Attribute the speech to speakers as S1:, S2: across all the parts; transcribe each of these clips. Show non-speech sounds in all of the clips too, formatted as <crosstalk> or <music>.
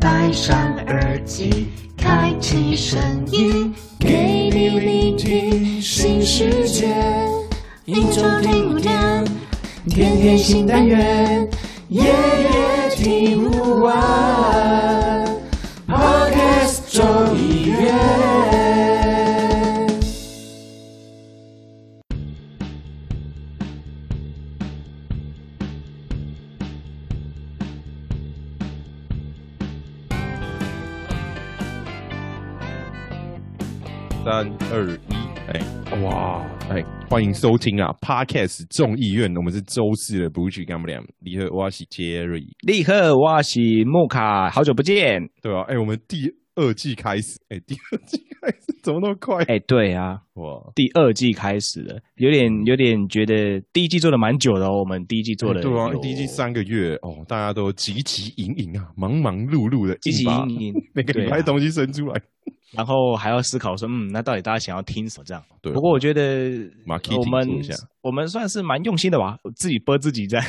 S1: 戴上耳机，开启声音，给你聆听新世界。一周听五天，天天新单元，夜夜听不完。Podcast 周一月。
S2: 三二一，哎
S3: 哇，
S2: 哎，欢迎收听啊！Podcast 众议院，我们是周四的 b u c h i g a m l a m 李赫瓦西 Jerry，
S3: 立刻哇喜木卡，好久
S2: <laughs>
S3: 不见！
S2: 对吧、啊？哎，我们第二季开始，哎， <laughs> 第二季开始怎么那么快？
S3: 哎，对啊，
S2: 哇，
S3: 第二季开始了，有点有点觉得第一季做的蛮久的哦，我们第一季做的、
S2: 对啊，第一季，三个月哦，大家都汲汲营营啊，忙忙碌碌的，
S3: 积极
S2: 硬把
S3: 营营，
S2: <laughs> 每个礼
S3: 对啊
S2: 拜东西生出来，
S3: 然后还要思考说，嗯，那到底大家想要听什么这样？
S2: 对啊
S3: 不过我觉得
S2: 马屁
S3: 我们
S2: 听一下
S3: 我们算是蛮用心的吧，我自己播自
S2: <laughs>
S3: 己在，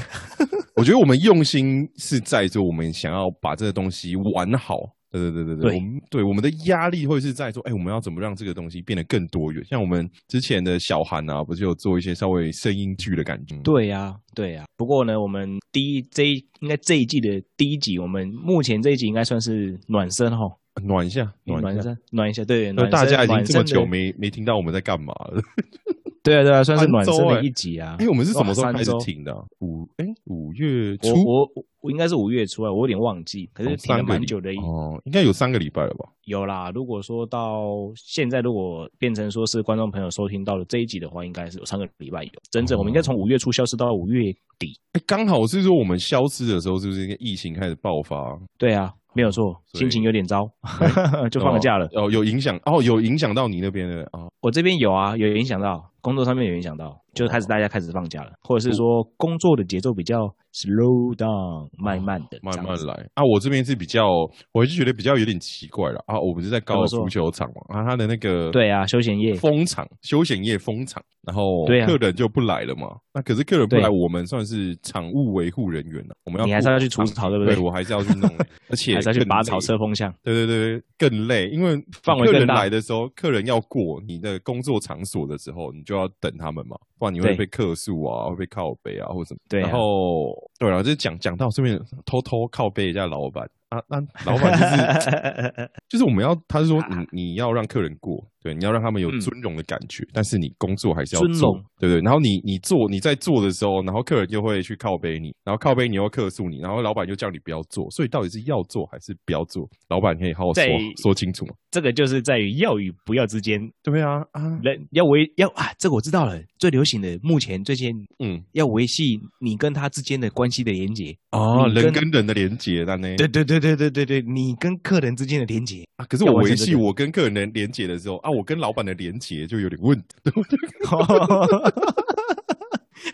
S2: 我觉得我们用心是在说，我们想要把这个东西玩好。对对对对对，
S3: 对
S2: 我们对我们的压力会是在说，哎，我们要怎么让这个东西变得更多元？像我们之前的小韩啊，不是有做一些稍微声音剧的感觉？
S3: 对呀、对呀、不过呢，我们第一这一应该这一季的第一集，我们目前这一集应该算是暖身哈、
S2: 暖一下，暖
S3: 暖
S2: 一下。
S3: 身暖一下，对，
S2: 那
S3: 暖
S2: 大
S3: 身
S2: 家已经这么
S3: 暖身的
S2: 久没没听到我们在干嘛了？
S3: 对啊，对啊，算是
S2: <laughs>
S3: 暖身
S2: 三周
S3: 的
S2: 欸
S3: 一集啊。
S2: 哎，我们是什么时候
S3: 哇
S2: 开始？
S3: 三
S2: 听的啊？五哎五月初
S3: 周我我我应该是五月初啊，我有点忘记，可是
S2: 哦
S3: 停
S2: 三
S3: 了
S2: 个
S3: 蛮
S2: 礼
S3: 久的一。
S2: 哦，应该有三个礼拜了吧？
S3: 有啦，如果说到现在，如果变成说是观众朋友收听到了这一集的话，应该是有上个礼拜有。整整
S2: 哦
S3: 我们应该从五月初消失到五月底。
S2: 哎，刚好是说我们消失的时候，是不是疫情开始爆发？
S3: 对啊，没有错，
S2: 所以
S3: 心情有点糟， <laughs> 就放个假了。
S2: 哦，哦有影响哦，有影响到你那边的啊。哦
S3: 我这边有啊，有影响到工作上面有影响到，就是开始大家开始放假了，或者是说
S2: 哦
S3: 工作的节奏比较 slow down，慢慢的，
S2: 慢
S3: 这样
S2: 慢
S3: 子
S2: 来啊！我这边是比较，我是觉得比较有点奇怪了啊！我不是在高尔
S3: 怎么
S2: 夫
S3: 说
S2: 球场嘛，啊，他的那个
S3: 对啊休闲业
S2: 封场，休闲业封场，然后
S3: 对啊
S2: 客人就不来了嘛。那可是客人不来，
S3: 对
S2: 我们算是场务维护人员了，我们要
S3: 你还是
S2: 顾
S3: 要去除
S2: 场
S3: 草对不
S2: 对
S3: 对
S2: 我还是要去
S3: <laughs>
S2: 弄，而且
S3: 还是要去
S2: 更
S3: 拔
S2: 累
S3: 草测风向。
S2: 对对对，对更累，因为
S3: 范围
S2: 客人
S3: 更大
S2: 来的时候，客人要过你的工作场所的时候，你就要等他们嘛，不然你会
S3: 对
S2: 被客诉啊，会被靠背啊，或者什么。
S3: 对啊
S2: 然后对啊了，就讲讲到顺便偷偷靠背一下老板啊，那老板就是就是我们要，他是说你你要让客人过，对，你要让他们有
S3: 啊嗯
S2: 尊荣的感觉，但是你工作还是要
S3: 尊
S2: 做
S3: 荣，
S2: 对对。然后你你做你在做的时候，然后客人就会去靠背你，然后靠背你又客诉你，然后老板就叫你不要做，所以到底是要做还是不要做？老板可以好好说
S3: 在
S2: 说清楚嘛。
S3: 这个就是在于要与不要之间，
S2: 对啊啊，
S3: 人要维要啊，这个我知道了。最流行的目前最近
S2: 嗯
S3: 要维系你跟他之间的关系的连接。
S2: 啊，
S3: 你
S2: 人
S3: 跟
S2: 跟人的连接那呢？
S3: 对对对对对对对，你跟客人之间的连接，
S2: 啊，可是
S3: 要
S2: 我
S3: 完
S2: 维
S3: 成这
S2: 系
S3: 个
S2: 我跟客人的连接的时候啊，我跟老板的连接就有点问题。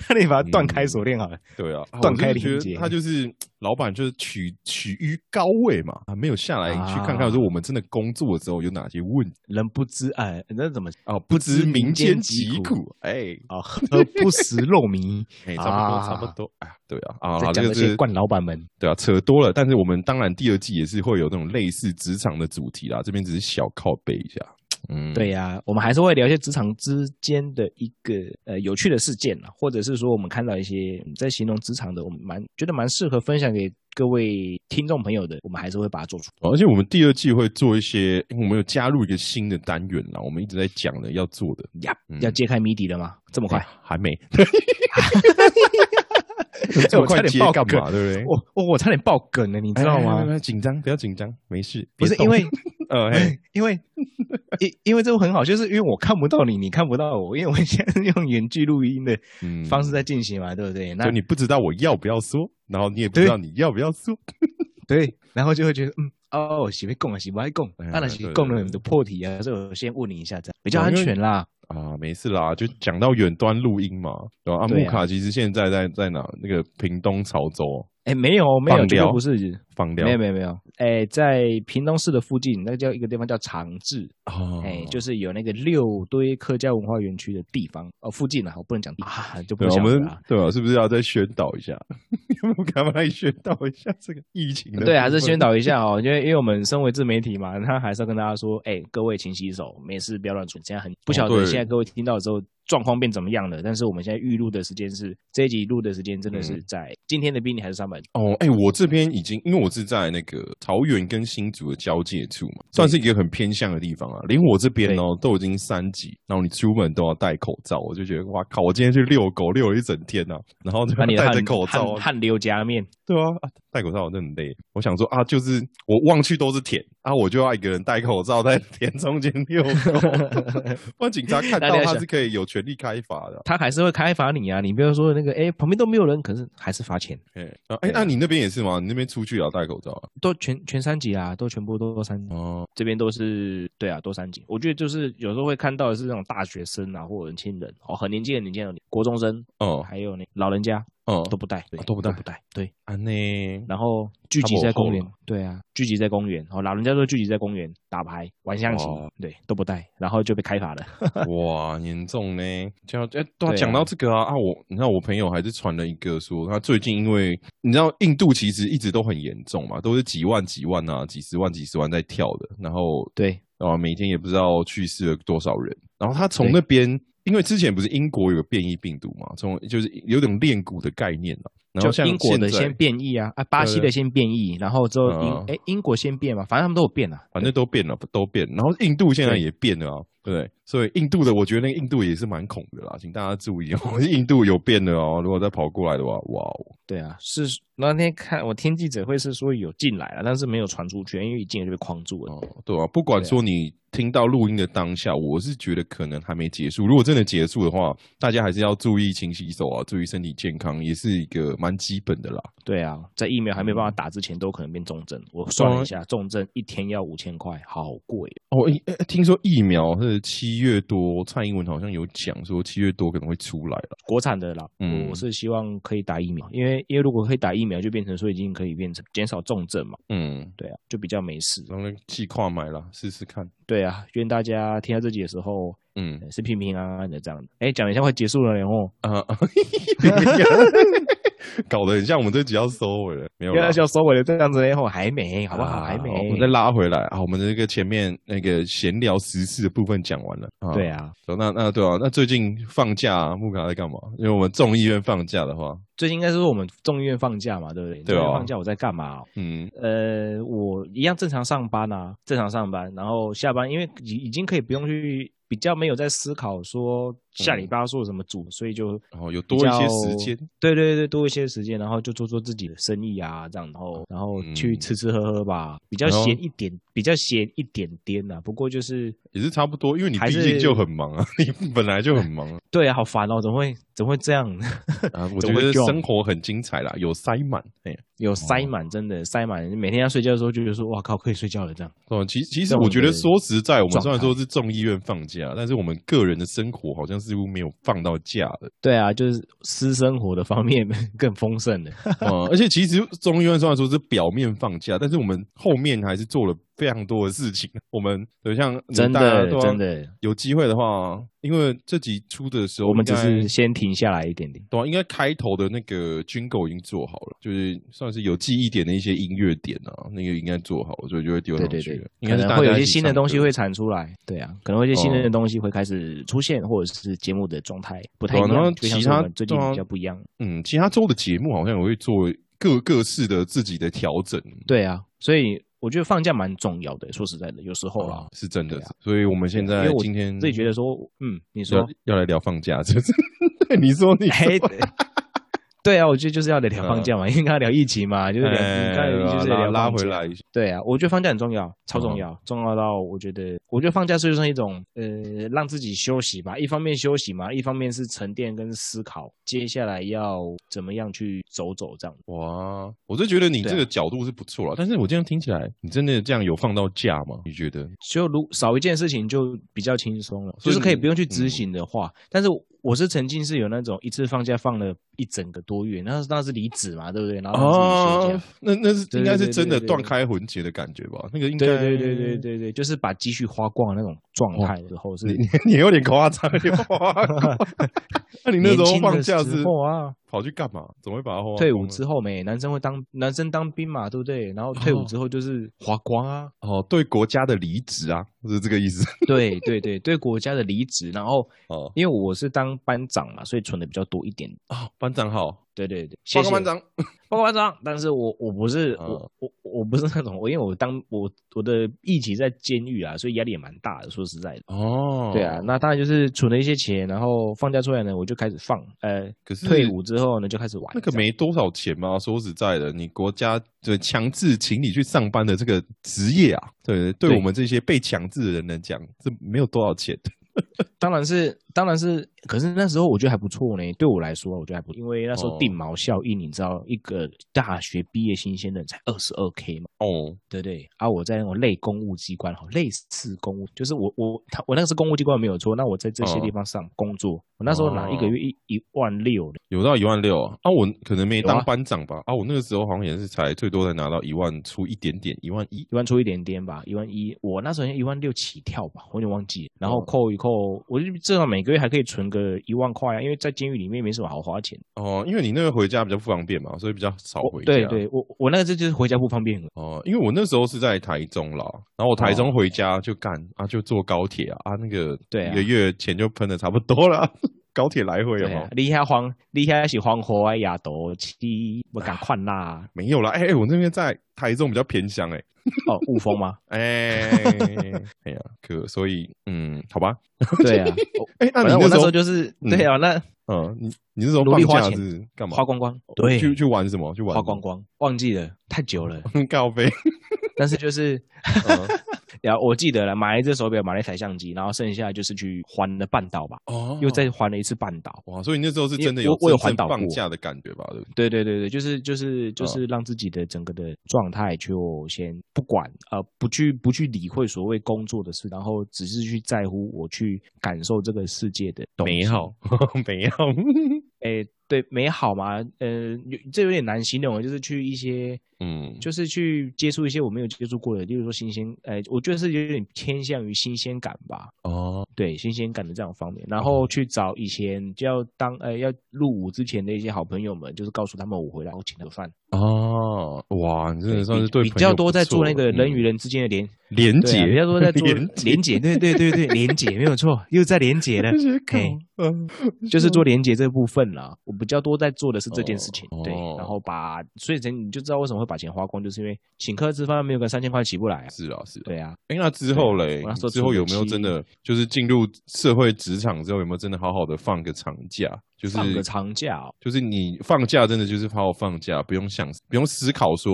S3: 那你把它断开锁链好了。
S2: 对啊，啊
S3: 断
S2: 我就是
S3: 开
S2: 觉
S3: 连
S2: 得
S3: 接
S2: 他就是老板，就是取取于高位嘛，啊，没有下来
S3: 啊
S2: 去看看说我们真的工作的时候有哪些问题
S3: 人不知哎，那怎么
S2: 啊，不知
S3: 知民
S2: 民间
S3: 间
S2: 疾
S3: 疾
S2: 苦，哎
S3: 啊？何不食肉糜？
S2: 哎，差不多
S3: 啊
S2: 差不多，哎，对啊，啊，
S3: 在
S2: 好这
S3: 讲那
S2: 个
S3: 些
S2: 是
S3: 惯老板们。
S2: 对啊，扯多了，但是我们当然第二季也是会有那种类似职场的主题啦，这边只是小靠背一下，嗯，
S3: 对呀、我们还是会聊一些职场之间的一个呃有趣的事件啊，或者是说我们看到一些嗯在形容职场的，我们蛮觉得蛮适合分享给各位听众朋友的，我们还是会把它做出来。
S2: 哦而且我们第二季会做一些，因为我们有加入一个新的单元啦，我们一直在讲的要做的，
S3: 呀、
S2: 嗯
S3: 要揭开谜底了吗？这么快？
S2: 哎还 <laughs> 没，这
S3: 这
S2: 么
S3: 我差
S2: 快
S3: 点
S2: 接
S3: 爆
S2: 干
S3: 梗
S2: 嘛？对不对？
S3: 我哦我我差点爆梗了，你知道
S2: 哎
S3: 吗
S2: 不？要紧张，不要紧张，没事。
S3: 不是
S2: 别动
S3: 因
S2: <laughs>
S3: 为
S2: 呃，嘿
S3: <laughs> 因为因因为这个很好，就是因为我看不到你，你看不到我，因为我们现在是用远距录音的
S2: 嗯
S3: 方式在进行嘛，对不对？那
S2: 就你不知道我要不要说，然后你也不知道你要不要说。
S3: 对，然后就会觉得嗯。哦，喜欢供啊，喜欢供，
S2: 哎
S3: 当
S2: 对
S3: 然喜
S2: 对
S3: 供了
S2: 对
S3: 你的破题啊，所以我先问你一下，这样比较
S2: 哦
S3: 安
S2: 因为
S3: 全啦。
S2: 啊，没事啦，就讲到远端录音嘛，对吧？啊，
S3: 对
S2: 木
S3: 啊
S2: 卡其实现在在在哪？那个屏东潮州，
S3: 哎，没有没有，
S2: 放
S3: 绝对
S2: 疗
S3: 不是，
S2: 放掉
S3: 没有没有没有，哎，在屏东市的附近，那叫一个地方叫长治，
S2: 哦，
S3: 哎，就是有那个六堆客家文化园区的地方，哦，附近啊，我不能讲地啊，就不
S2: 对啊，我
S3: 想
S2: 们
S3: 了啊。
S2: 对啊，是不是要再宣导一下？ <laughs> 有没有赶快来宣导一下这个疫情的？
S3: 对，还是
S2: <laughs>
S3: 宣。导一下哦，因为因为我们身为自媒体嘛，那还是要跟大家说，哎，各位勤洗手，没事不要乱出。现在很不晓
S2: 哦
S3: 得
S2: 对
S3: 现在各位听到之后状况变怎么样了，但是我们现在预录的时间是这一集录的时间，真的
S2: 嗯
S3: 是在今天的比你还是上班
S2: 哦，哎、我这边已经，因为我是在那个桃园跟新竹的交界处嘛，算是一个很偏向的地方啊。连我这边哦，都已经三级，然后你出门都要戴口罩，我就觉得哇靠！我今天去遛狗遛了一整天呐、啊，然后就
S3: 那你的
S2: <laughs> 戴着
S3: 汗
S2: 口罩啊
S3: 汗，汗流浃面，
S2: 对啊，啊戴口罩我真的很累。我想说啊，就是我望去都是田啊，我就要一个人戴口罩
S3: <laughs>
S2: 在田中间遛狗，不然警察看
S3: 大
S2: 到
S3: 家
S2: 他
S3: 想
S2: 是可以有权利开罚的啊。
S3: 他还是会开罚你啊！你不要说那个，哎，旁边都没有人，可是还是罚钱，
S2: 哎、啊哎，那、你那边也是吗？你那边出去也要戴口罩啊？
S3: 都全全三级啊，都全部都三级。
S2: 哦，
S3: 这边都是对啊，都三级。我觉得就是有时候会看到的是那种大学生啊，或者年轻人哦，很年轻的年轻人，国中生
S2: 哦，
S3: 还有那老人家
S2: 哦
S3: 都，不戴，对
S2: 啊都不戴
S3: 不戴，对。
S2: 啊呢，
S3: 然后聚集在公园，对啊，聚集在公园，哦，老人家都聚集在公园打牌、玩象棋
S2: 哦，
S3: 对，都不戴，然后就被开罚了。
S2: <laughs> 哇，严重呢！讲哎，对
S3: 对
S2: 啊，
S3: 啊
S2: 讲到这个啊啊，我你知道我朋友还是传了一个说，他最近因为你知道印度其实一直都很严重嘛，都是几万几万啊，几十万几十万在跳的，然后
S3: <laughs> 对，
S2: 啊，每天也不知道去世了多少人。然后他从
S3: 对
S2: 那边，因为之前不是英国有个变异病毒嘛，从就是有点练骨的概念嘛。然后
S3: 就
S2: 像
S3: 英国的
S2: 现在
S3: 先变异啊，啊，巴西
S2: 对
S3: 的先变异，然后之后
S2: 嗯
S3: 英哎英国先变嘛，反正他们都有变啊。
S2: 反正都变了，都变。然后印度现在也变了啊，对不对？所以印度的，我觉得那个印度也是蛮恐的啦，请大家注意哦。 <laughs> 印度有变的哦，如果再跑过来的话，哇哦，
S3: 对啊，是那天看我听记者会是说有进来了，但是没有传出去，因为一进来就被框住了。
S2: 哦对啊，不管说你听到录音的当下，我是觉得可能还没结束。如果真的结束的话，大家还是要注意勤洗手啊，注意身体健康，也是一个蛮基本的啦。
S3: 对啊，在疫苗还没办法打之前，都可能变重症。我算了一下，重症一天要五千块，好贵哦。
S2: 哦，诶、诶听说疫苗是七月多，蔡英文好像有讲说七月多可能会出来了。
S3: 国产的啦，
S2: 嗯
S3: 我是希望可以打疫苗，因为因为如果可以打疫苗，就变成说已经可以变成减少重症嘛。
S2: 嗯，
S3: 对啊，就比较没事。
S2: 然后计划买啦，试试看。
S3: 对啊，愿大家听到这集的时候，
S2: 嗯，
S3: 呃是平平安安的这样的。哎，讲了一下快结束了，然后
S2: 啊，啊
S3: <laughs>
S2: 搞得很像我们这集要收尾了，没有
S3: 又
S2: 啦
S3: 要要收尾了，这样子然后还没，好不好？
S2: 啊
S3: 还没，
S2: 我们再拉回来啊，我们的那个前面那个闲聊时事的部分讲完了啊。
S3: 对，啊。
S2: 那那对啊，那最近放假、啊，木卡在干嘛？因为我们众议院放假的话，
S3: 最近应该是说我们众议院放假嘛，对不对？
S2: 对啊
S3: 众议院放假我在干嘛、哦
S2: 嗯，
S3: 呃，我一样正常上班啊，正常上班，然后下班，因为已已经可以不用去，比较没有在思考说下礼拜要做什么组，所以就
S2: 嗯然、后有多一些时间，
S3: 对对对，多一些时间，然后就做做自己的生意啊，这样，然后然后去
S2: 嗯
S3: 吃吃喝喝吧，比较
S2: 哎呦
S3: 闲一点，比较闲一点点呐、啊。不过就是
S2: 也是差不多，因为你
S3: 还
S2: 毕
S3: 是
S2: 竟就很忙啊，你 <laughs> 本来就很忙啊。
S3: 对啊，好烦哦，怎么会怎么会这样？
S2: 啊我
S3: 怎
S2: 觉
S3: 么会
S2: 得
S3: 这样
S2: 生活很精彩啦，有塞满，哎、
S3: <laughs> 有塞满，真的塞满，每天要睡觉的时候就觉得说，哇靠，可以睡觉了这样。
S2: 哦，其其实
S3: 这样
S2: 我觉得
S3: 的
S2: 说实在，我们
S3: 状
S2: 虽然
S3: 态
S2: 说是众议院放假，但是我们个人的生活好像似乎没有放到假的。
S3: 对啊，就是私生活的方面 <laughs> 更丰盛了。 <laughs>
S2: 嗯，而且其实众议院虽然说是表面放假，但是我们后面还是做了非常多的事情。我们对像
S3: 真
S2: 大家
S3: 的
S2: 都要
S3: 真的，
S2: 有机会的话，因为这集出的时候
S3: 我们
S2: 应
S3: 只
S2: 该
S3: 是先停下来一点点。
S2: 对啊、应该开头的那个军狗已经做好了，就是算是有记忆点的一些音乐点啊，那个应该做好了，所以就会丢
S3: 对
S2: 上
S3: 对
S2: 去
S3: 对
S2: 了。，应
S3: 可
S2: 该是
S3: 能
S2: 大
S3: 会有
S2: 家
S3: 一些
S2: 起
S3: 新的
S2: 唱
S3: 东西
S2: 歌
S3: 会产出来，对啊，可能会有一些新
S2: 哦
S3: 的东西会开始出现，或者是节目的状态不太一
S2: 对啊然后
S3: 样，就像
S2: 其
S3: 是我
S2: 他
S3: 们最近
S2: 对啊
S3: 比较不一样。
S2: 嗯，其他周的节目好像也会做各各式的自己的调整。
S3: 对啊，所以我觉得放假蛮重要的。说实在的，有时候
S2: 啊
S3: 啊，
S2: 是真的
S3: 对啊，
S2: 所以我们现
S3: 因
S2: 在
S3: 为我
S2: 今天
S3: 自己觉得说，嗯，你说
S2: 要，要来聊放假， <laughs> 就是你说你
S3: <laughs> 哎
S2: 说， <laughs>
S3: 对对啊，我觉得就是要聊放假嘛，因为刚刚聊疫情嘛，就是聊，
S2: 嗯哎
S3: 刚刚就是
S2: 拉
S3: 聊
S2: 拉
S3: 放
S2: 回
S3: 假
S2: 来一下，
S3: 对啊，我觉得放假很重要，超
S2: 嗯
S3: 重要，重要到我觉得，我觉得放假是算一种呃，让自己休息吧，一方面休息嘛，一方面是沉淀跟思考，接下来要怎么样去走走这样。
S2: 哇，我就觉得你
S3: 啊
S2: 这个角度是不错了，但是我这样听起来，你真的这样有放到假吗？你觉得？
S3: 就如少一件事情就比较轻松了，
S2: 所
S3: 就
S2: 以
S3: 是可以
S2: 你
S3: 不用去执行的话，但是我是曾经是有那种一次放假放了一整个多月，那那是离职嘛，对不对？然哦后自己休假。
S2: 哦那那是
S3: 对
S2: 应该
S3: 对
S2: 是
S3: 对
S2: 真的
S3: 对对
S2: 断开魂结的感觉吧？那个应该
S3: 对对对对对对，就是把积蓄花光的那种状态之后是
S2: 你你 <laughs> 你有点夸张，有点夸
S3: <laughs>
S2: 张那你那时候
S3: 年轻的
S2: 放假是
S3: 时候啊
S2: 跑去干嘛？怎么会把它花光呢
S3: 退伍之后没，男生会当男生当兵嘛，对不对？然后退伍之后就是花光啊，
S2: 哦，对国家的离职啊，是这个意思 <laughs>
S3: 对对对对国家的离职，然后
S2: 哦
S3: 因为我是当班长嘛，所以存的比较多一点。
S2: 啊。班长好，
S3: 对对对，谢
S2: 报
S3: 谢
S2: 告班，长，
S3: 报告班长。但是我我不是、
S2: 嗯
S3: 我我我不是那种，我因为我当我我的役期在监狱啊，所以压力也蛮大的。说实在的，
S2: 哦，
S3: 对啊，，那当然就是存了一些钱，然后放假出来呢，我就开始放。呃，
S2: 可是
S3: 退伍之后呢，就开始玩。
S2: 那个
S3: 这样
S2: 没多少钱嘛。说实在的，你国家对强制请你去上班的这个职业啊，对，对
S3: 对
S2: 我们这些被强制的人来讲，这没有多少钱。
S3: 当然是，当然是，可是那时候我觉得还不错呢。对我来说，我觉得还不，因为那时
S2: 哦
S3: 候定毛效应，你知道，一个大学毕业新鲜人才二十二 k 嘛，
S2: 哦，
S3: 对不对？啊，我在那种类公务机关，好，类似公务，就是我我他我那个是公务机关没有错。那我在这些地方上工作，我那时候拿一个月一一万六呢，
S2: 有到一万六啊！啊，我可能没
S3: 有啊
S2: 当班长吧？啊，我那个时候好像也是才最多才拿到一万出一点点，一万一。
S3: 一万出一点点吧，一万一，我那时候一万六起跳吧，我有点忘记了。然后
S2: 哦
S3: 扣一扣，我就至少每个月还可以存个一万块啊，因为在监狱里面没什么好花钱。
S2: 哦，因为你那个回家比较不方便嘛，所以比较少
S3: 我
S2: 回家。
S3: 哦对对，我我那个这就是回家不方便了。
S2: 哦，因为我那时候是在台中啦，然后我台中回家就干、啊，就坐高铁啊，啊那个
S3: 哦对啊
S2: 一个月钱就喷的差不多了， <laughs> 高铁来回有没
S3: 对
S2: 有？
S3: 啊你遐黄，你遐是黄河啊，亚多七，我赶快
S2: <laughs>
S3: 啦！
S2: 没有啦，哎、哎我那边在台中比较偏乡哎、
S3: 哦，雾
S2: <laughs>
S3: 峰吗？ <laughs>
S2: 哎、哎呀，可所以嗯，好吧，
S3: 对啊，我
S2: 哎、那、
S3: 反
S2: 你
S3: 正我
S2: 时
S3: 那时
S2: 候
S3: 候就是
S2: 嗯
S3: 对啊，那
S2: 嗯，你你那时候
S3: 努
S2: 放
S3: 力花
S2: 假
S3: 钱
S2: 是干嘛哦
S3: 花？光光，对，
S2: 去去玩什么？去玩
S3: 花光光，忘记了，太久了。
S2: <laughs> 光，告飞。
S3: 但是就是，
S2: 嗯
S3: <laughs> 然后我记得了，买了一只手表，买了一台相机，然后剩下就是去环了半岛吧，
S2: 哦
S3: 又再环了一次半岛。
S2: 哇，所以你那时候是
S3: 因为
S2: 真的
S3: 我
S2: 有
S3: 我有
S2: 真正
S3: 环岛
S2: 放
S3: 过
S2: 假的感觉吧？对不对？
S3: 对对对对，就是就是
S2: 哦
S3: 就是让自己的整个的状态就先不管，呃，不去不去理会所谓工作的事，然后只是去在乎我去感受这个世界的东西
S2: 美好，美好，
S3: 诶，对，美好嘛，呃，有这有点难形容，啊就是去一些，
S2: <laughs> 嗯，
S3: 就是去接触一些我没有接触过的，例如说新鲜，呃，我觉得是有点偏向于新鲜感吧，
S2: 哦，
S3: 对，新鲜感的这样方面，然后去找以前就要当呃要入伍之前的一些好朋友们，就是告诉他们我回来，我请他们饭，
S2: 哦，哇，你真的算是对
S3: 比
S2: 朋
S3: 较
S2: 友
S3: 多
S2: 不
S3: 在做
S2: 错
S3: 那个人
S2: 嗯
S3: 与人之间的连
S2: 连
S3: 对啊
S2: 接，
S3: 比较多 <laughs> 在做
S2: 连
S3: 连结，对对对 <laughs> 对，连结没有错，又在连 <laughs> 结了，嘿
S2: 接，嗯，
S3: 就是做连接这部分啦，我比较多在做的是这件事情，
S2: 哦
S3: 对
S2: 哦，
S3: 然后把，所以人你就知道为什么会把钱花光，就是因为请客吃饭没有个三千块起不来啊，
S2: 是啊，是啊。
S3: 对啊，
S2: 哎，那之后嘞
S3: 我那时候，
S2: 之后
S3: 存了
S2: 有没有真的就是进入社会职场之后，有没有真的好好的放个长假？就是
S3: 放个长假哦
S2: 就是你放假真的就是好好放假，不用想，不用思考说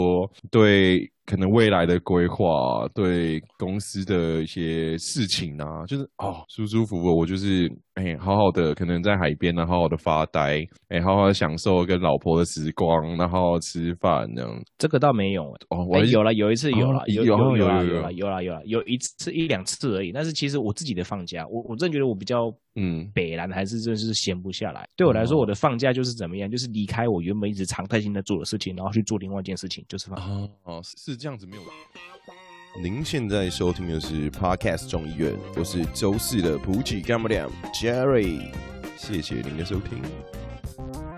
S2: 对可能未来的规划，对公司的一些事情啊，就是哦，舒舒服服，我就是哎，好好的，可能在海边呢，好好的发呆，哎，好好的享受跟老婆的时光，然后吃饭这样。
S3: 这个倒没有，
S2: 哦，我
S3: 哎
S2: 还
S3: 有了有一次有
S2: 哦
S3: 了有
S2: 有
S3: 有
S2: 有
S3: 啦
S2: 有
S3: 有啦有啦有啦有一次一两次而已，但是其实我自己的放假，我我真的觉得我比较
S2: 嗯，
S3: 北蓝还是真是闲不下来，对我来说
S2: 哦
S3: 我的放假就是怎么
S2: 嗯
S3: 样，就是离开我原本一直常态性在做的事情，然后去做另外一件事情，就是放。
S2: 哦哦，是这样子没有。您现在收听的是 Podcast 众议院，我是周四的普吉干不了 Jerry，谢谢您的收听。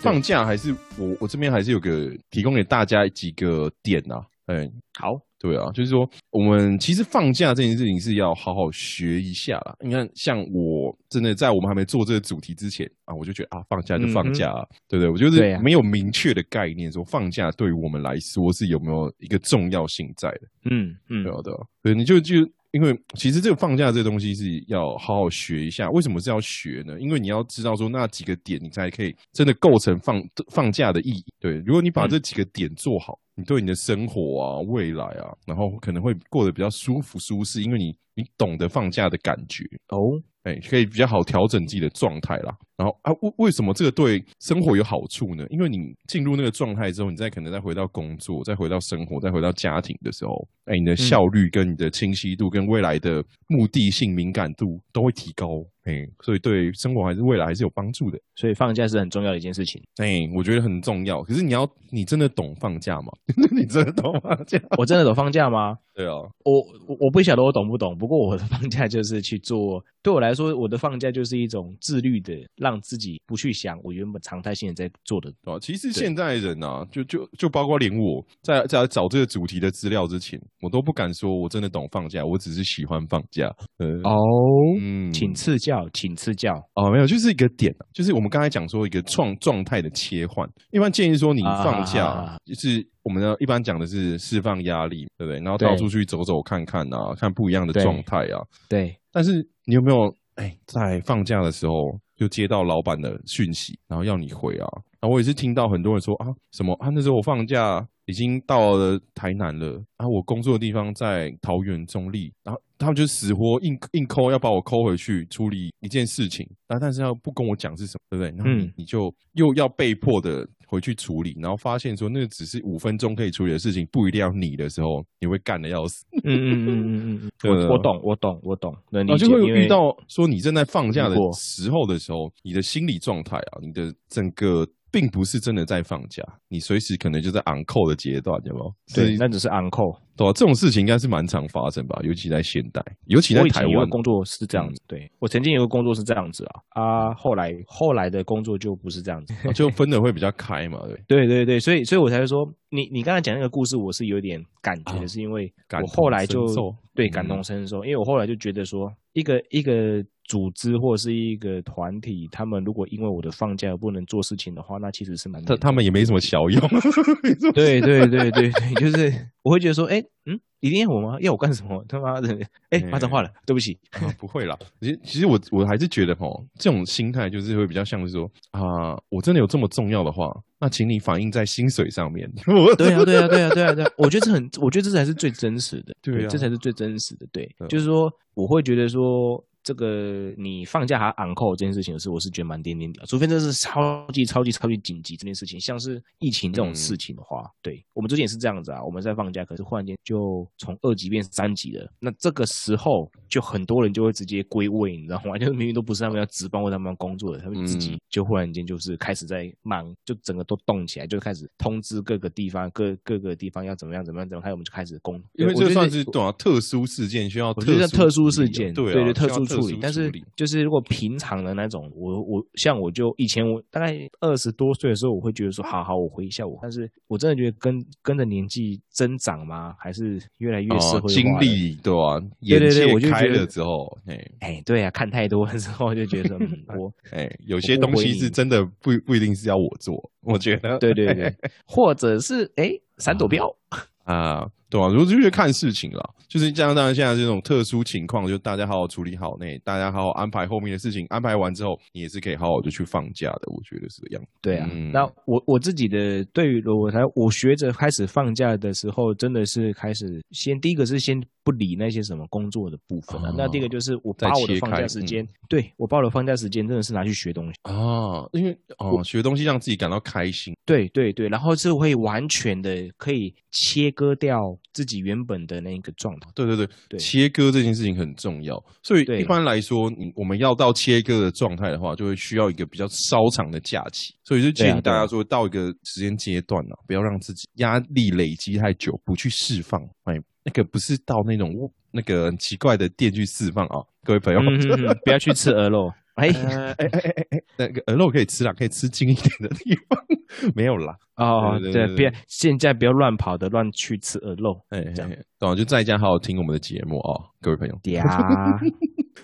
S2: 放假还是我我这边还是有个提供给大家几个点啊，哎，
S3: 好，
S2: 对啊，就是说我们其实放假这件事情是要好好学一下啦。你看，像我真的在我们还没做这个主题之前啊，我就觉得啊，放假就放假、啊，对不对？我就
S3: 嗯对
S2: 是
S3: 啊
S2: 没有明确的概念，说放假对于我们来说是有没有一个重要性在的。
S3: 嗯嗯
S2: 对，啊，对啊，对，你就就因为其实这个放假这个东西是要好好学一下。为什么是要学呢？因为你要知道说那几个点，你才可以真的构成放放假的意义。对，如果你把这几个点做好，你对你的生活啊、未来啊，然后可能会过得比较舒服舒适，因为你你懂得放假的感觉。
S3: 哦，
S2: 哎，可以比较好调整自己的状态啦。然后啊，为为什么这个对生活有好处呢？因为你进入那个状态之后，你再可能再回到工作，再回到生活，再回到家庭的时候，哎，你的效率跟你的清晰度跟未来的目的性敏感度都会提高。哎，所以对生活还是未来还是有帮助的。
S3: 所以放假是很重要的一件事情。 <laughs>
S2: 哎，我觉得很重要。可是你要，你真的懂放假吗？ <laughs> 你真的懂放假？
S3: 我真的懂放假吗？ <laughs>
S2: 对啊，
S3: 我我我不晓得我懂不懂，不过我的放假就是去做，对我来说，我的放假就是一种自律的，让自己不去想我原本常态性的在做的。
S2: 对啊，其实现在人啊，就就就包括连我在在找这个主题的资料之前，我都不敢说我真的懂放假，我只是喜欢放假。呃，
S3: 哦，
S2: 嗯
S3: 请赐教，请赐教。
S2: 哦，没有，就是一个点啊，就是我们刚才讲说一个状状态的切换。一般建议说你放假
S3: 啊，
S2: 就是我们呢一般讲的是释放压力，对不对？然后
S3: 对
S2: 到处去走走看看啊，看不一样的
S3: 对
S2: 状态啊。 <laughs>
S3: 对，
S2: 但是你有没有哎，在放假的时候就接到老板的讯息，然后要你回啊？然后我也是听到很多人说啊，什么啊，那时候我放假已经到了台南了，啊，我工作的地方在桃园中立，然后他们就死活硬硬抠要把我抠回去处理一件事情，但但是要不跟我讲是什么，对不对？然后你
S3: 嗯
S2: 你就又要被迫的回去处理，然后发现说那个只是五分钟可以处理的事情，不一定要你的时候，你会干的要死。
S3: 嗯嗯嗯嗯嗯嗯，
S2: 对
S3: 我我懂，我懂，我懂，能理
S2: 啊，
S3: 解。
S2: 就会
S3: 因为
S2: 遇到说你正在放假的
S3: 如果
S2: 时候的时候，你的心理状态啊，你的整个并不是真的在放假，你随时可能就在 on call 的阶段，有没有？所
S3: 对，
S2: 以
S3: 那只是 uncle。
S2: 对、啊、这种事情应该是蛮常发生吧，尤其在现代，尤其在
S3: 我以
S2: 台
S3: 前有 <laughs>
S2: 湾嗯
S3: 个。工作是这样子，对我曾经有个工作是这样子啊啊，后来后来的工作就不是这样子。
S2: 啊就分的会比较开嘛，对，
S3: <laughs> 对对对，所以所以我才会说，你你刚才讲那个故事，我是有点感觉
S2: 啊
S3: 的，是因为
S2: 感
S3: 我
S2: 同
S3: 后来
S2: 身
S3: 就
S2: 受
S3: 对
S2: 嗯
S3: 感同身受，因为我后来就觉得说，一个一个组织或是一个团体，他们如果因为我的放假而不能做事情的话，那其实是蛮
S2: 他他们也没什么小用，
S3: <laughs>
S2: <laughs>
S3: 对对对对对，就是我会觉得说，哎、嗯，一定要我吗？要我干什么？他妈的，哎、
S2: 嗯
S3: 骂脏话了，对不起。
S2: 啊，不会啦。其实，其实我我还是觉得哦，这种心态就是会比较像是说啊、我真的有这么重要的话，那请你反映在薪水上面。 <laughs> 我
S3: <laughs> 对啊，对啊，对啊，对啊，对啊！我觉得这很，我觉得这才是最真实的，
S2: 对啊
S3: 这才是最真实的。对
S2: 对，啊
S3: 就是说，我会觉得说，这个你放假还 on call 这件事情是，我是觉得蛮点点的，除非这是超级超级超级紧急这件事情，像是疫情
S2: 嗯
S3: 这种事情的话，对我们之前也是这样子啊，我们在放假，可是忽然间就从二级变三级了，那这个时候就很多人就会直接归位，你知道吗？ <laughs> 就是明明都不是他们要值班或他们要工作的，他们自己
S2: 嗯
S3: 就忽然间就是开始在忙，就整个都动起来，就开始通知各个地方、各各个地方要怎么样、怎么样、怎么样，还有我们就开始工。
S2: 因为
S3: 对我
S2: 这
S3: 觉得
S2: 算是对啊特殊事件，需要
S3: 我
S2: 特
S3: 觉得
S2: 殊
S3: 特殊
S2: 处理
S3: 事
S2: 啊
S3: 件，
S2: 对啊，
S3: 对，
S2: 需要
S3: 特殊处理。但是就是如果平常的那种，我我像我就以前我大概二十多岁的时候，我会觉得说，好好，我回一下我。但是我真的觉得跟跟着年纪增长吗？还是越来越社会
S2: 哦
S3: 化了
S2: 经历对吧？
S3: 对
S2: 眼
S3: 对
S2: 界
S3: 我就觉
S2: 开
S3: 得
S2: 了之后，哎
S3: 哎，对啊，看太多了之后就觉得说，
S2: <laughs>
S3: 嗯，我
S2: 哎，有些东西是真的不不一定是要我做，我觉得
S3: 对对
S2: <laughs>
S3: 对，或者是哎闪躲标，
S2: 啊，对啊，我就是看事情啦，就是加上当然现在这种特殊情况，就大家好好处理好那，大家好好安排后面的事情，安排完之后，你也是可以好好的去放假的，我觉得是这样。
S3: 对啊，
S2: 嗯
S3: 那我我自己的对于我才我学着开始放假的时候，真的是开始先第一个是先不理那些什么工作的部分啊，
S2: 哦
S3: 那第一个就是我
S2: 再
S3: 把我的
S2: 切
S3: 放
S2: 开
S3: 假时间，对我把我的放假时间真的是拿去学东西，
S2: 啊，因为哦，学东西让自己感到开心，
S3: 对对对，然后是会完全的可以切割掉自己原本的那个状态，
S2: 对对对，
S3: 对
S2: 切割这件事情很重要。所以
S3: 对
S2: 一般来说，你我们要到切割的状态的话，就会需要一个比较稍长的假期。所以就建
S3: 对
S2: 议
S3: 啊对
S2: 大
S3: 啊
S2: 家说，到一个时间阶段啊，不要让自己压力累积太久，不去释放。哎，那个不是到那种哦那个很奇怪的店去释放啊，各位朋友。
S3: 嗯哼 <laughs> 哼不要去吃鹅肉，哎
S2: 呃哎哎哎哎哎， <laughs> 那个鹅肉可以吃啦，可以吃近一点的地方， <laughs> 没有啦。
S3: 哦，
S2: 对对对
S3: 对，不要现在不要乱跑的乱去吃鹅肉，
S2: 哎，哎
S3: 这样
S2: 哎懂了就在家好好听我们的节目啊、各位朋友。
S3: 嗲，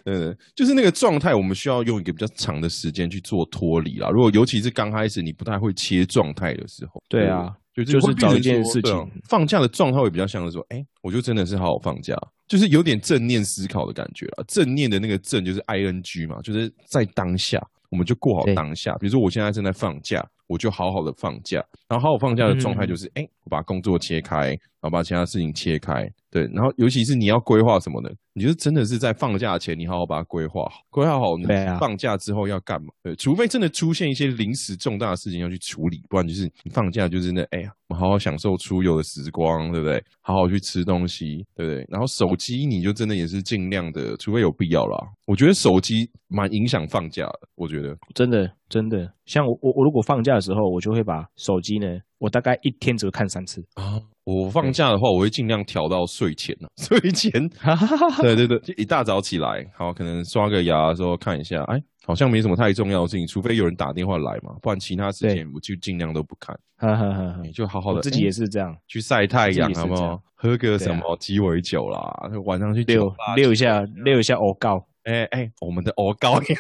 S2: 对对，就是那个状态，我们需要用一个比较长的时间去做脱离啦。如果尤其是刚开始你不太会切状态的时候，
S3: 对啊，
S2: 就
S3: 就是
S2: 会变成
S3: 找一件
S2: 说
S3: 事
S2: 对啊
S3: 情
S2: 放假的状态会比较像是说，哎，我就真的是好好放假，就是有点正念思考的感觉啦。正念的那个正就是 I N G 嘛，就是在当下，我们就过好
S3: 对
S2: 当下。比如说我现在正在放假，我就好好的放假。然后好好放假的状
S3: 嗯
S2: 态就是，哎、我把工作切开，然后把其他事情切开，对。然后尤其是你要规划什么的，你就真的是在放假前，你好好把它规划好，规划好你
S3: 对啊
S2: 放假之后要干嘛。对，除非真的出现一些临时重大的事情要去处理，不然就是你放假就真的，哎呀，我们好好享受出游的时光，对不对？好好去吃东西，对不对？然后手机你就真的也是尽量的，除非有必要啦。我觉得手机蛮影响放假的，我觉得。
S3: 真的真的，像我我我如果放假的时候，我就会把手机呢，我大概一天只会看三次。
S2: 啊，我放假的话，我会尽量调到睡前啊， <laughs> 睡前，
S3: 哈哈 <laughs> 哈哈
S2: 对对对，就一大早起来，好，可能刷个牙的时候看一下，哎，好像没什么太重要的事情，除非有人打电话来嘛，不然其他事情我就尽量都不看，
S3: 哈哈哈哈
S2: 你就好好
S3: 嗯我
S2: 的
S3: 自己也
S2: 哎
S3: 是这样，
S2: 去晒太
S3: 自己也
S2: 阳，
S3: 是
S2: 好不
S3: 这
S2: 好
S3: 样？
S2: 喝个
S3: 对
S2: 什
S3: 啊
S2: 么鸡尾酒啦，晚上去
S3: 溜
S2: 酒吧
S3: 溜一下，溜一下欧告，
S2: 哎哎，我们的鹅
S3: <laughs>
S2: 膏一样，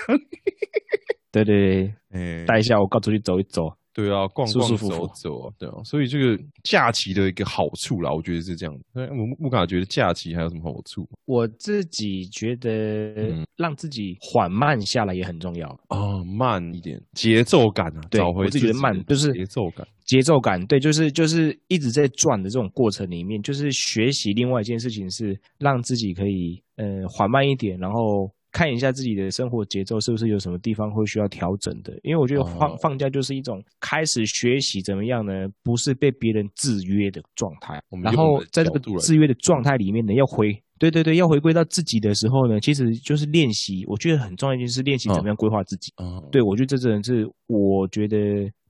S3: 对对对，
S2: 哎，
S3: 带一下欧告出去走一走。
S2: 对啊，逛
S3: 舒
S2: 逛
S3: 舒服
S2: 走
S3: 服
S2: 走，对啊，所以这个假期的一个好处啦，我觉得是这样。那木木卡觉得假期还有什么好处？
S3: 我自己觉得
S2: 嗯
S3: 让自己缓慢下来也很重要，
S2: 哦，慢一点，节奏感啊，
S3: 对
S2: 找回
S3: 我自己觉得
S2: 的
S3: 慢就是
S2: 节奏感。
S3: 节奏感，对，就是就是一直在转的这种过程里面，就是学习另外一件事情是让自己可以呃缓慢一点，然后看一下自己的生活节奏是不是有什么地方会需要调整的，因为我觉得放、
S2: 哦
S3: 放假就是一种开始学习怎么样呢，不是被别人制约的状态
S2: 我，们
S3: 然
S2: 用我们
S3: 后
S2: 的
S3: 在这个
S2: 角度来
S3: 制约的状态里面呢，要回。对对对，要回归到自己的时候呢，其实就是练习。我觉得很重要一件事，练习
S2: 哦
S3: 怎么样规划自己。
S2: 啊，
S3: 对，我觉得这真的是，我觉得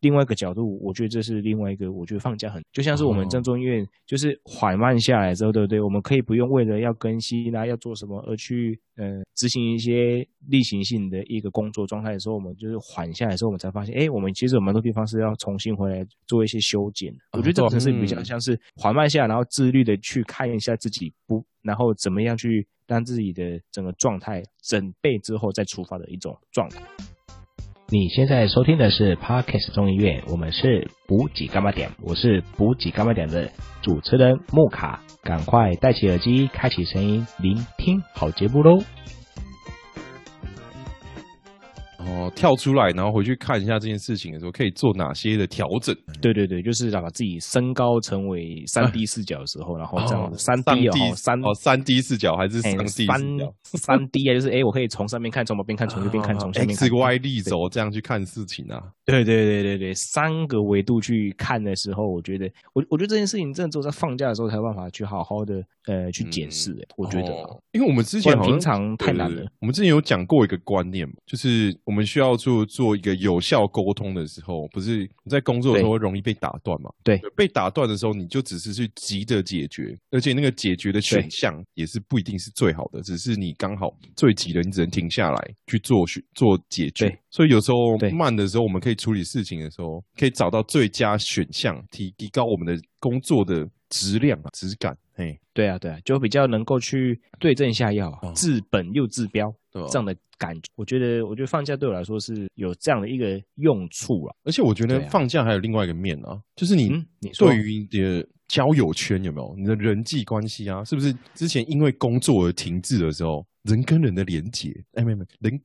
S3: 另外一个角度，我觉得这是另外一个，我觉得放假很，就像是我们
S2: 哦
S3: 正中医院，就是缓慢下来之后，对不对？我们可以不用为了要更新啊，要做什么而去呃执行一些例行性的一个工作状态的时候，我们就是缓下来之后，我们才发现，哎，我们其实有蛮多地方是要重新回来做一些修剪的。我觉得这
S2: 哦
S3: 只是比较
S2: 嗯
S3: 像是缓慢下来，然后自律的去看一下自己不，然后怎么样去让自己的整个状态整备之后再出发的一种状态。你现在收听的是 Parkes 众议院，我们是补给干巴点，我是补给干巴点的主持人木卡，赶快戴起耳机，开启声音，聆听好节目喽。
S2: 哦，跳出来，然后回去看一下这件事情的时候，可以做哪些的调整？
S3: 对对对，就是把自己升高成为三 D 视角的时候，然后这样子三
S2: 上
S3: D 哦
S2: 帝，
S3: 三
S2: 哦三 D 视角还是上
S3: 哎
S2: D 视
S3: 三
S2: 角？
S3: 三 D 啊，就是哎，我可以从上面看，从左边看，从右边看，从下面看
S2: X。Y 立轴这样去看事情啊，
S3: 对对对对对，三个维度去看的时候，我觉得我我觉得这件事情真的只有在放假的时候才有办法去好好的呃去解释、哎我觉得啊、
S2: 嗯哦因为我们之前
S3: 不然
S2: 好像
S3: 平常太难了
S2: 对对对我们之前有讲过一个观念嘛，就是我们需要做做一个有效沟通的时候，不是你在工作的时候容易被打断嘛？
S3: 对
S2: 被打断的时候，你就只是去急着解决，而且那个解决的选项也是不一定是最好的，只是你刚好最急的，你只能停下来去做选做解决
S3: 对。
S2: 所以有时候
S3: 对
S2: 慢的时候，我们可以处理事情的时候，可以找到最佳选项，提提高我们的工作的质量啊、质感。嘿，
S3: 对啊对啊，就比较能够去对症下药啊，
S2: 哦
S3: 治本又治标
S2: 对吧啊
S3: 这样的感觉。我觉得我觉得放假对我来说是有这样的一个用处啊。
S2: 而且我觉得
S3: 对啊
S2: 放假还有另外一个面啊，就是你
S3: 嗯你说
S2: 对于你的交友圈有没有你的人际关系啊，是不是之前因为工作而停滞的时候，人跟人的连结，哎，没有没有人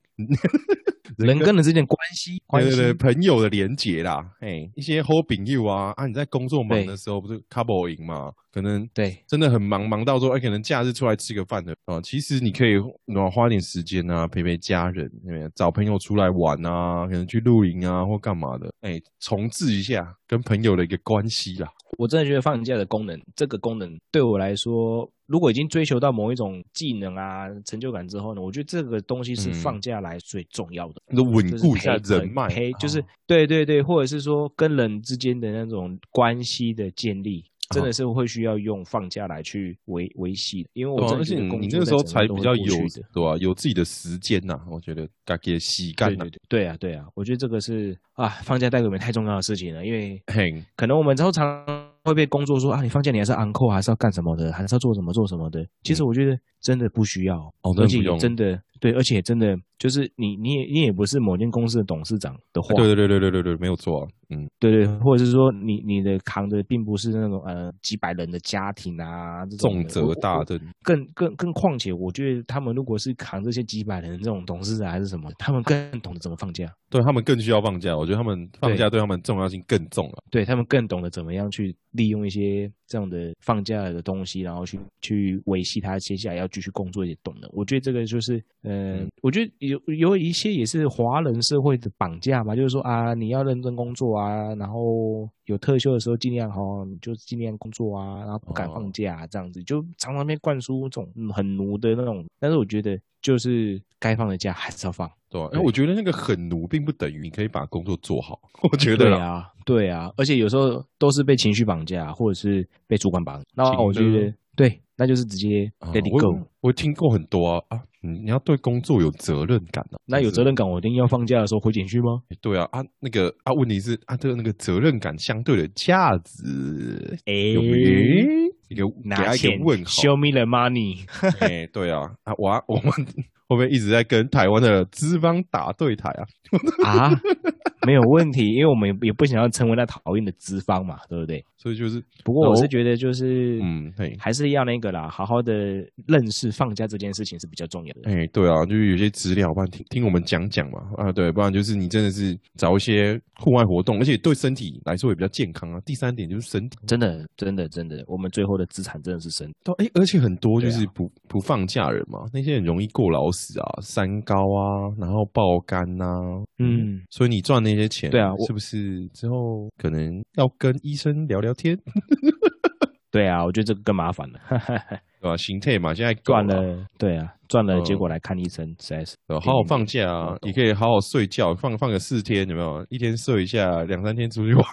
S3: 人跟人之间的关系关
S2: 对
S3: 系，
S2: 对对朋友的连结啦，哎，一些 h o b i n you 啊啊，你在工作忙
S3: 对
S2: 的时候不是 couple 赢嘛，可能
S3: 对
S2: 真的很忙，忙到说，哎、可能假日出来吃个饭的啊，其实你可以啊花点时间啊，陪陪家人，哎找朋友出来玩啊，可能去露营啊或干嘛的，哎、重置一下跟朋友的一个关系啦。
S3: 我真的觉得放假的功能，这个功能对我来说，如果已经追求到某一种技能啊、成就感之后呢，我觉得这个东西是
S2: 嗯
S3: 放假来最重要的，
S2: 那稳
S3: 就是
S2: 固一下
S3: 陪
S2: 人脉，
S3: 陪就是
S2: 啊
S3: 对对对，或者是说跟人之间的那种关系的建立。真
S2: 哦
S3: 的是会需要用放假来去维维系的，因为我
S2: 对啊
S3: 真
S2: 而
S3: 的
S2: 且
S3: 觉哦得工
S2: 你
S3: 作
S2: 那个时候
S3: 在
S2: 才
S3: 整
S2: 比
S3: 个
S2: 较
S3: 都会
S2: 有
S3: 过去的
S2: 对吧、有自己的时间呐、我觉得该给洗干
S3: 对
S2: 呐
S3: 对，对对啊对啊，我觉得这个是啊，放假带给我们太重要的事情了，因为
S2: 嘿，
S3: 可能我们通常会被工作说啊，你放假你还是 uncle 还是要干什么的，还是要做什么做什么的。其实我觉得真的不需要，
S2: 哦真的
S3: 而且
S2: 不用
S3: 也真的对，而且真的就是你，你也你也不是某间公司的董事长的话，
S2: 对对对对对对对，没有错啊，嗯，
S3: 对对，或者是说你你的扛的并不是那种呃几百人的家庭啊，这种
S2: 重
S3: 的
S2: 责大，任，
S3: 更更更况且，我觉得他们如果是扛这些几百人的这种董事长还是什么，他们更懂得怎么放假，
S2: 对他们更需要放假，我觉得他们放假对他们重要性更重啊了。
S3: 对他们更懂得怎么样去利用一些这样的放假的东西，然后去去维系他接下来要继续工作也懂得。我觉得这个就是，呃，
S2: 嗯
S3: 我觉得有有一些也是华人社会的绑架嘛，就是说啊，你要认真工作啊，然后有特休的时候尽量哦，你就尽量工作啊，然后不敢
S2: 哦
S3: 放假、啊、这样子，就常常被灌输这种嗯很奴的那种。但是我觉得就是该放的假还是要放。
S2: 对吧、哎、
S3: 对
S2: 我觉得那个很奴，并不等于你可以把工作做
S3: <laughs>
S2: 好。我觉得啦，
S3: 啊，对啊，而且有时候都是被情绪绑架，或者是被主管绑。那
S2: 情
S3: 我觉
S2: 勒
S3: 得对，那就是直接
S2: 啊
S3: let it
S2: 我
S3: go。
S2: 我听过很多啊，啊你你要对工作有责任感啊。
S3: 那有
S2: 就是
S3: 责任感，我一定要放假的时候回简讯吗？
S2: 哎对啊啊，那个啊，问题是啊，这个那个责任感相对的价值，
S3: 哎、
S2: 有没一个给
S3: 拿
S2: 他一个
S3: 钱
S2: 问号。 <laughs>
S3: ，Show me the money。
S2: 哎、对啊啊，我 <laughs> 啊我们会不会一直在跟台湾的资方打对台啊？
S3: <laughs> 啊，没有问题，因为我们也也不想要成为那讨厌的资方嘛，对不对？
S2: 所以就是
S3: 不过我
S2: 哦
S3: 是觉得就是，
S2: 嗯，嘿，
S3: 还是要那个啦，好好的认识放假这件事情是比较重要的。
S2: 哎、对啊，就是有些资料，不然听听我们讲讲嘛，啊，对，不然就是你真的是找一些户外活动，而且对身体来说也比较健康啊。第三点就是身体，
S3: 真的，真的，真的，我们最后的资产真的是身体。
S2: 都哎、而且很多就
S3: 对啊
S2: 是不、不放假人嘛，那些很容易过劳死啊，三高啊，然后爆肝呐、
S3: 嗯，
S2: 所以你赚那些钱，
S3: 对啊我
S2: 是不是之后可能要跟医生聊聊天，
S3: 对啊，我觉得这个更麻烦了。 <laughs>
S2: 对吧、心态嘛，现在够
S3: 赚了，对啊，赚了，
S2: 嗯
S3: 结果来看医生，实在是
S2: 对，好好放假啊
S3: 嗯，
S2: 你可以好好睡觉，放放个四天，有没有？一天睡一下，两三天出去玩，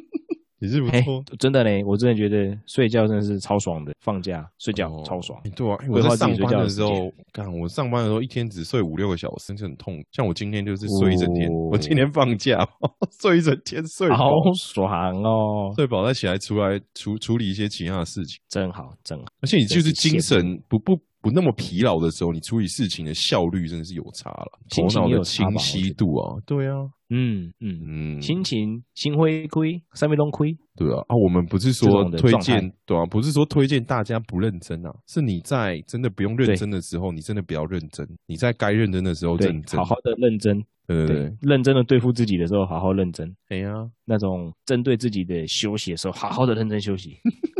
S2: <laughs> 也是不
S3: 哎
S2: 错。，
S3: 真的嘞，我真的觉得睡觉真的是超爽的，放假睡觉
S2: 哦
S3: 超爽。
S2: 对啊，哎我
S3: 规
S2: 在
S3: 划自
S2: 上
S3: 己睡
S2: 班
S3: 觉
S2: 的
S3: 的
S2: 时
S3: 时
S2: 候
S3: 间，
S2: 干我上班的时候一天只睡五六个小时，真是很痛。像我今天就是睡一整天，
S3: 哦
S2: 我今天放假 <laughs> 睡一整天，睡
S3: 好
S2: 饱，
S3: 爽哦，
S2: 睡饱再起来出来处处理一些其他的事情。
S3: 真好，真好。
S2: 而且你就是
S3: 真是羡
S2: 精
S3: 慕
S2: 神不不不那么疲劳的时候，你处理事情的效率真的是有差了，头
S3: 心情
S2: 脑
S3: 也
S2: 的
S3: 有差吧
S2: 清
S3: 我
S2: 晰
S3: 觉得
S2: 度啊，对啊，
S3: 嗯嗯，
S2: 嗯，
S3: 心情心灰亏，三味龙亏，
S2: 对啊，啊，我们不是
S3: 这
S2: 说
S3: 种的
S2: 推
S3: 状态
S2: 荐，对啊，不是说推荐大家不认真啊，是你在真的不用认
S3: 对
S2: 真的时候，你真的不要认真，你在该认真的时候
S3: 对
S2: 哦认，真，
S3: 好好的认真，
S2: 对对对
S3: 对，，认真的对付自己的时候，好好认真。
S2: 哎呀，
S3: 那种针对自己的休息的时候，好好的认真
S2: <laughs>
S3: 休息，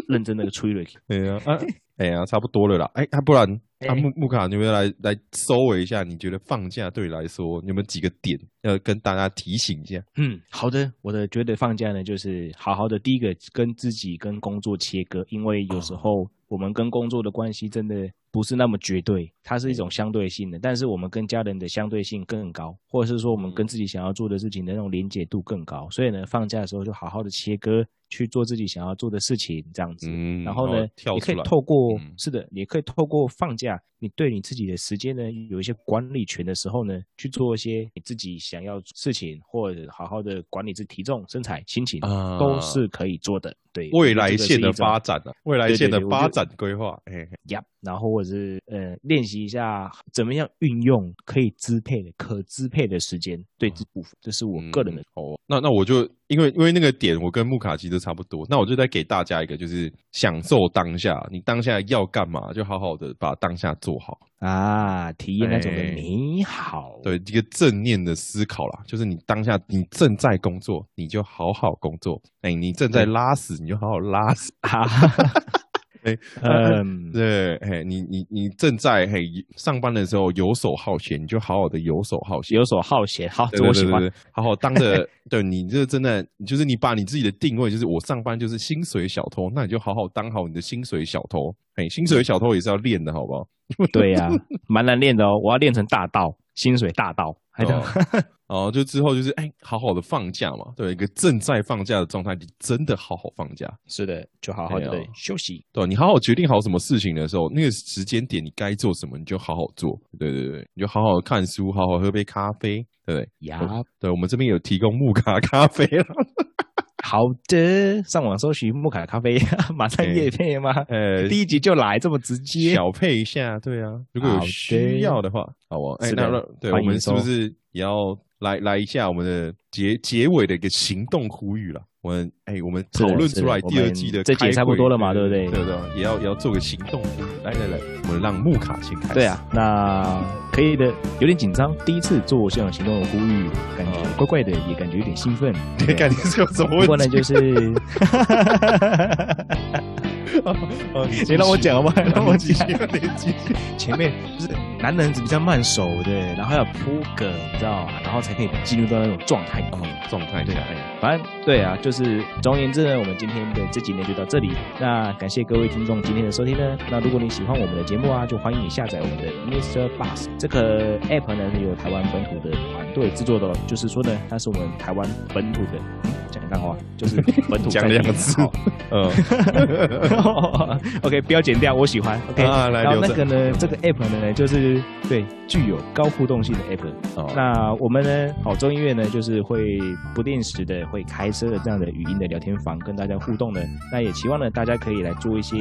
S3: 认真那个吹了。
S2: 哎呀，啊，哎呀，差不多了啦，哎，啊，不然，啊，
S3: 哎
S2: 木木卡，你们来来收尾一下，你觉得放假对你来说有没有几个点要跟大家提醒一下？
S3: 嗯，好的，我的觉得放假呢，就是好好的第一个跟自己跟工作切割，因为有时候我们跟工作的关系真的不是那么绝对，它是一种相对性的，但是我们跟家人的相对性更高，或者是说我
S2: 嗯
S3: 们跟自己想要做的事情的那种连结度更高，所以呢，放假的时候就好好的切割，去做自己想要做的事情，这样子。
S2: 嗯，
S3: 然后呢，
S2: 跳
S3: 你可
S2: 出
S3: 以
S2: 来，
S3: 透过、
S2: 嗯
S3: 是的，你可以透过放假，你对你自己的时间呢有一些管理权的时候呢，去做一些你自己想要事情，或者好好的管理自己体重、身材、心情，
S2: 啊
S3: 都是可以做的。对，
S2: 未来线的发
S3: 八
S2: 展啊，未来
S3: 对对
S2: 线的
S3: 对我觉
S2: 发
S3: 得
S2: 展规划，哎，嘿
S3: 呀然后或者是呃练习一下怎么样运用可以支配的、可支配的时间，对这部分，这是我个人的
S2: 嗯。哦，那那我就因为因为那个点，我跟木卡其实差不多，那我就再给大家一个，就是享受当下，你当下要干嘛，就好好的把当下做好。
S3: 啊，体验那种的
S2: 嗯哎
S3: 美好。
S2: 对，一个正念的思考啦，就是你当下你正在工作，你就好好工作；哎，你正在拉屎，你就好好拉屎。
S3: 啊，
S2: <laughs> 哎
S3: 嗯，
S2: 对，哎，你你你正在嘿上班的时候游手好闲，你就好好的游手好闲。
S3: 游手好闲，好，
S2: 对
S3: 这我喜欢。
S2: 对对对对好好当着，对你这真的就是你把你自己的定位，就是我上班就是薪水小偷，那你就好好当好你的薪水小偷。哎，薪水小偷也是要练的，好不好？ <laughs>
S3: 对呀、蛮难练的哦，我要练成大道，薪水大道，还 <laughs> 得、
S2: 哦，就之后就是哎，好好的放假嘛，对，一个正在放假的状态，你真的好好放假。
S3: 是的，就好好的
S2: 对啊
S3: 休息。
S2: 对，你好好决定好什么事情的时候，那个时间点你该做什么，你就好好做。对对对，你就好好看书，好好喝杯咖啡，对不对？
S3: 呀，
S2: 对，我们这边有提供木卡咖啡了。
S3: 好的，上网搜寻木卡咖啡， <laughs> 马上夜配吗？
S2: 呃，
S3: <laughs> 第一集就来，这么直接。
S2: 小配一下，对啊，如果
S3: 好
S2: 有
S3: 的
S2: 需要的话，好哦。哎、
S3: 是的
S2: 那那对我
S3: 欢迎
S2: 们是不
S3: 收
S2: 是也要来来一下我们的结结尾的一个行动呼吁了？我们哎、我们
S3: 是的
S2: 讨论
S3: 是的
S2: 出来
S3: 我
S2: 第二
S3: 们
S2: 季的
S3: 这集
S2: 开
S3: 也差不
S2: 会
S3: 多了嘛对不对
S2: 对对对，也要也要做个行动。来来来，我们让木卡先开始。
S3: 对啊，那可以的，有点紧张，第一次做这种行动的呼吁，感觉怪怪的，也感觉有点兴奋。
S2: <laughs> <laughs> 对，感觉是有什么
S3: 不过
S2: 问
S3: 呢，
S2: 题？
S3: 就是
S2: <laughs> 哦
S3: 你让我讲好不好让
S2: <laughs>
S3: 我
S2: 继续
S3: 讲
S2: 啊你继续。
S3: 前面就是男人比较慢熟的，然后要铺梗，你知道吗？然后才可以进入到那种状态。
S2: 哦，状态哎
S3: 对
S2: 下
S3: 啊，反正对啊，就是总而言之呢，我们今天的这集呢就到这里。那感谢各位听众今天的收听呢。那如果你喜欢我们的节目啊，就欢迎你下载我们的 Mr. Bus 这个 app 呢，是由台湾本土的啊团队制作的哦。就是说呢，它是我们台湾本土的，嗯讲脏话，就是本 <laughs> 土
S2: 讲
S3: 在地
S2: 两个
S3: 的
S2: 字
S3: 好 <laughs>
S2: 呃，
S3: 哦 OK，不要剪掉，我喜欢。OK，、
S2: 啊来
S3: 哎然
S2: 留
S3: 后那
S2: 着
S3: 个呢，这个 app 呢，就是对具有高互动性的 app。
S2: 哦
S3: 那我们呢，好中音乐呢，就是会不定时的会开设这样的语音的聊天房，跟大家互动的。那也期望呢，大家可以来做一些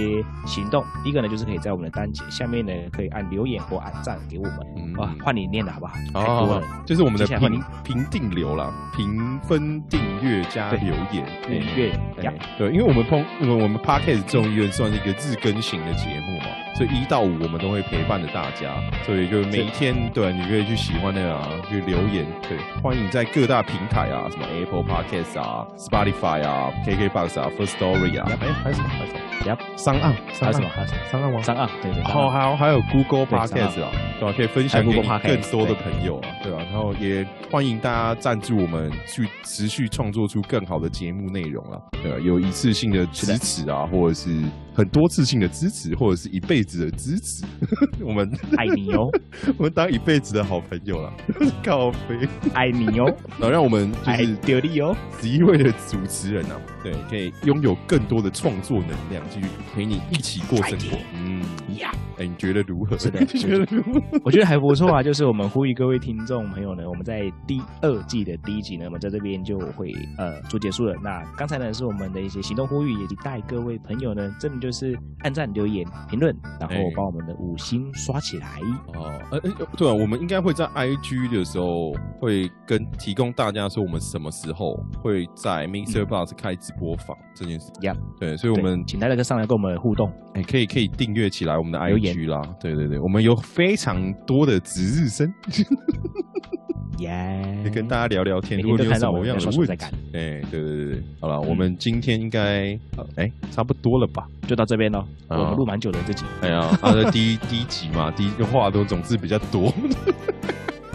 S3: 行动。一个呢，就是可以在我们的单节下面呢，可以按留言或按赞给我们。
S2: 嗯
S3: 啊，换你念了好不好？太多
S2: 哦
S3: 了。，
S2: 就是我们的
S3: 接下来换
S2: 评评定流啦，评分、订阅加
S3: 对
S2: 留言。
S3: 订
S2: 哎
S3: 阅
S2: 哎
S3: 呀，
S2: 对，因为我们碰，因为我们 podcast 众议院算是一个日更型的节目嘛，所以一到五我们都会陪伴着大家，所以就每一天，对，啊你可以去喜欢的啊，去留言，对，欢迎在各大平台啊，什么 Apple Podcast 啊、Spotify 啊、KKBox 啊、First Story 啊，还有还有什么？还有什么？
S3: 呀，
S2: 商岸，
S3: 还
S2: 商
S3: 有什么？
S2: 岸，
S3: 还有什么？
S2: 商岸吗？
S3: 上岸，对对。
S2: 好，哦还有还有 Google
S3: 对
S2: Podcast
S3: 上
S2: 啊，对吧、可以分享给你
S3: Google Podcast，
S2: 更多的朋友啊，对吧、然后也欢迎大家赞助我们，去持续创作出更好的节目内容啊，对吧、有一次性的支持啊，或者是很多次性的支持，或者是一辈子的支持， <laughs> 我们
S3: 爱你哦，
S2: 我们当一辈子的好朋友了，靠飞，
S3: 爱你哦，
S2: 然后让我们 <laughs> 就
S3: 爱
S2: 是
S3: 丢你哦。
S2: 十一位的主持人啊，对，可以拥有更多的创作能量，继续陪你一起过生活。嗯，
S3: 呀
S2: 哎、你觉得如何？
S3: 是的
S2: <laughs> 你觉得如何？
S3: <laughs> 我觉得还不错啊，就是我们呼吁各位听众朋友呢，我们在第二季的第一集呢，我们在这边就会呃做结束了。那刚才呢是我们的一些行动呼吁，也带各位朋友呢，真的就是按赞、留言、评论，然后
S2: 哎
S3: 把我们的五星刷起来。
S2: 哦，呃，呃对啊，我们应该会在 IG 的时候会跟提供大家说我们什么时候会在
S3: 嗯
S2: Mixer Bus 开直播房这件事。
S3: Yep
S2: 对，所以我
S3: 对
S2: 们
S3: 请大家上来跟我们互动，
S2: 也可以可以订阅起来我们的
S3: 留言
S2: IG 啦。对对对，我们有非常多的值日生，
S3: 耶、
S2: 可以跟大家聊聊天。
S3: 嗯每
S2: 如果
S3: 天
S2: 你有
S3: 都看
S2: 什
S3: 到我
S2: 么
S3: 们
S2: 样
S3: 在
S2: 的
S3: 说
S2: 问
S3: 存在
S2: 题
S3: 嗯感，，
S2: 哎，对对对对，好了，我们今天应该
S3: 哦
S2: 呃哎差不多了吧？
S3: 就到这边喽。
S2: 啊
S3: 我们录蛮久的这集
S2: 哎呀，啊，这第一第一集嘛，第一个话都总是比较多。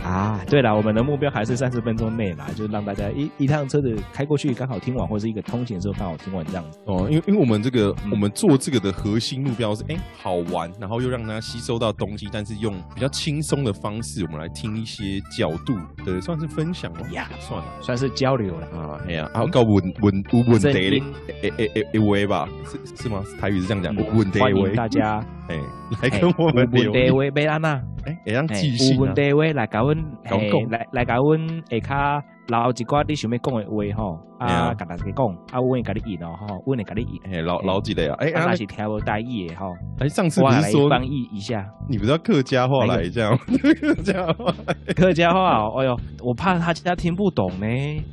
S3: 啊，对了，我们的目标还是三十分钟内啦，就是让大家一一趟车子开过去，刚好听完，或者是一个通勤的时候刚好听完这样子。
S2: 哦，因为因为我们这个、
S3: 嗯
S2: 我们做这个的核心目标是，哎、好玩，然后又让大家吸收到东西，但是用比较轻松的方式，我们来听一些角度的，算是分享吧。
S3: 呀
S2: 算了
S3: 算是交流啊了。
S2: 啊，哎呀，啊，搞稳稳有稳
S3: 声
S2: 得嘞
S3: 音，
S2: 哎哎哎哎喂吧，是是吗？台语是这样讲，有稳得
S3: 嗯欢
S2: 喂
S3: 迎，大
S2: <laughs>
S3: 家
S2: 哎，来跟我们
S3: 有
S2: 聊
S3: 问，题的话要
S2: <laughs>
S3: 安那，
S2: 哎，也让
S3: 嘿
S2: 继续
S3: 有问题的话来甲阮，
S2: 甲阮
S3: 嘿
S2: 讲
S3: 哎来来甲阮下骹留呃一寡你想要讲的话吼，
S2: 嘿啊
S3: 啊，甲大家讲，啊，阮会甲你应哦吼，阮会甲你应。
S2: 哎，老老几类啊，哎，
S3: 啊，
S2: 啊
S3: 若是听无大意的吼，
S2: 哎，上次
S3: 我
S2: 不
S3: 来
S2: 是说
S3: 翻译一下
S2: 你不是要客家话
S3: 哪一个
S2: 来 <laughs> 这
S3: <laughs>
S2: 样，客家话来
S3: 客家话哦。哎呦，我怕他家听不懂呢。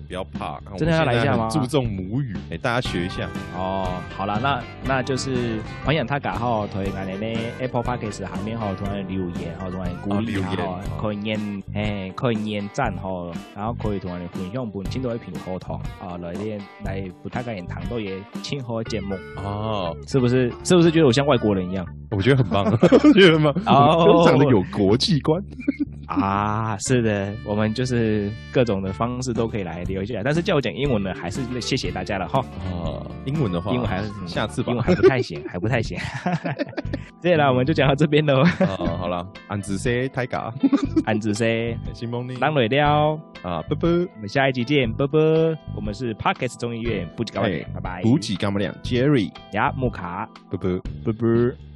S2: 不要怕，啊
S3: 真的要来一下吗
S2: 我们现在很注重母语，哎，大家学一下。
S3: 哦，好啦，那那就是欢迎他家吼，同安尼呢 Apple Podcast 下面吼，同安留言吼，同安鼓励
S2: 哦留言
S3: 吼，可以念诶，可以念赞吼，然后可以同安分享本青岛一片课堂啊，来练来不太敢言谈到也亲和节目，
S2: 哦，
S3: 是不是？是不是觉得我像外国人一样
S2: <laughs> 我觉得很棒， <laughs> 我觉得很棒，
S3: 哦
S2: 非常的有国际观。
S3: 啊？是的，我们就是各种的方式都可以来留下来，但是叫我讲英文呢，还是谢谢大家了哈。
S2: 啊，英文的话，
S3: 哦英
S2: <laughs>
S3: 文还 <laughs> 是
S2: 下次吧
S3: 英文。还不太行，还不太行。对啦，我们就讲到这边喽。
S2: 啊，好了，安子 say 泰
S3: <laughs>
S2: 嘎，
S3: 安子 C，
S2: 新梦呢？
S3: 浪蕊了，
S2: 啊，拜拜，
S3: 我们下一集见，啵啵。我们是 Pockets 众议院，不急高
S2: 哎
S3: 点，拜拜。
S2: 补给干嘛俩？Jerry，
S3: 呀，木卡。
S2: 拜拜。
S3: 啵啵。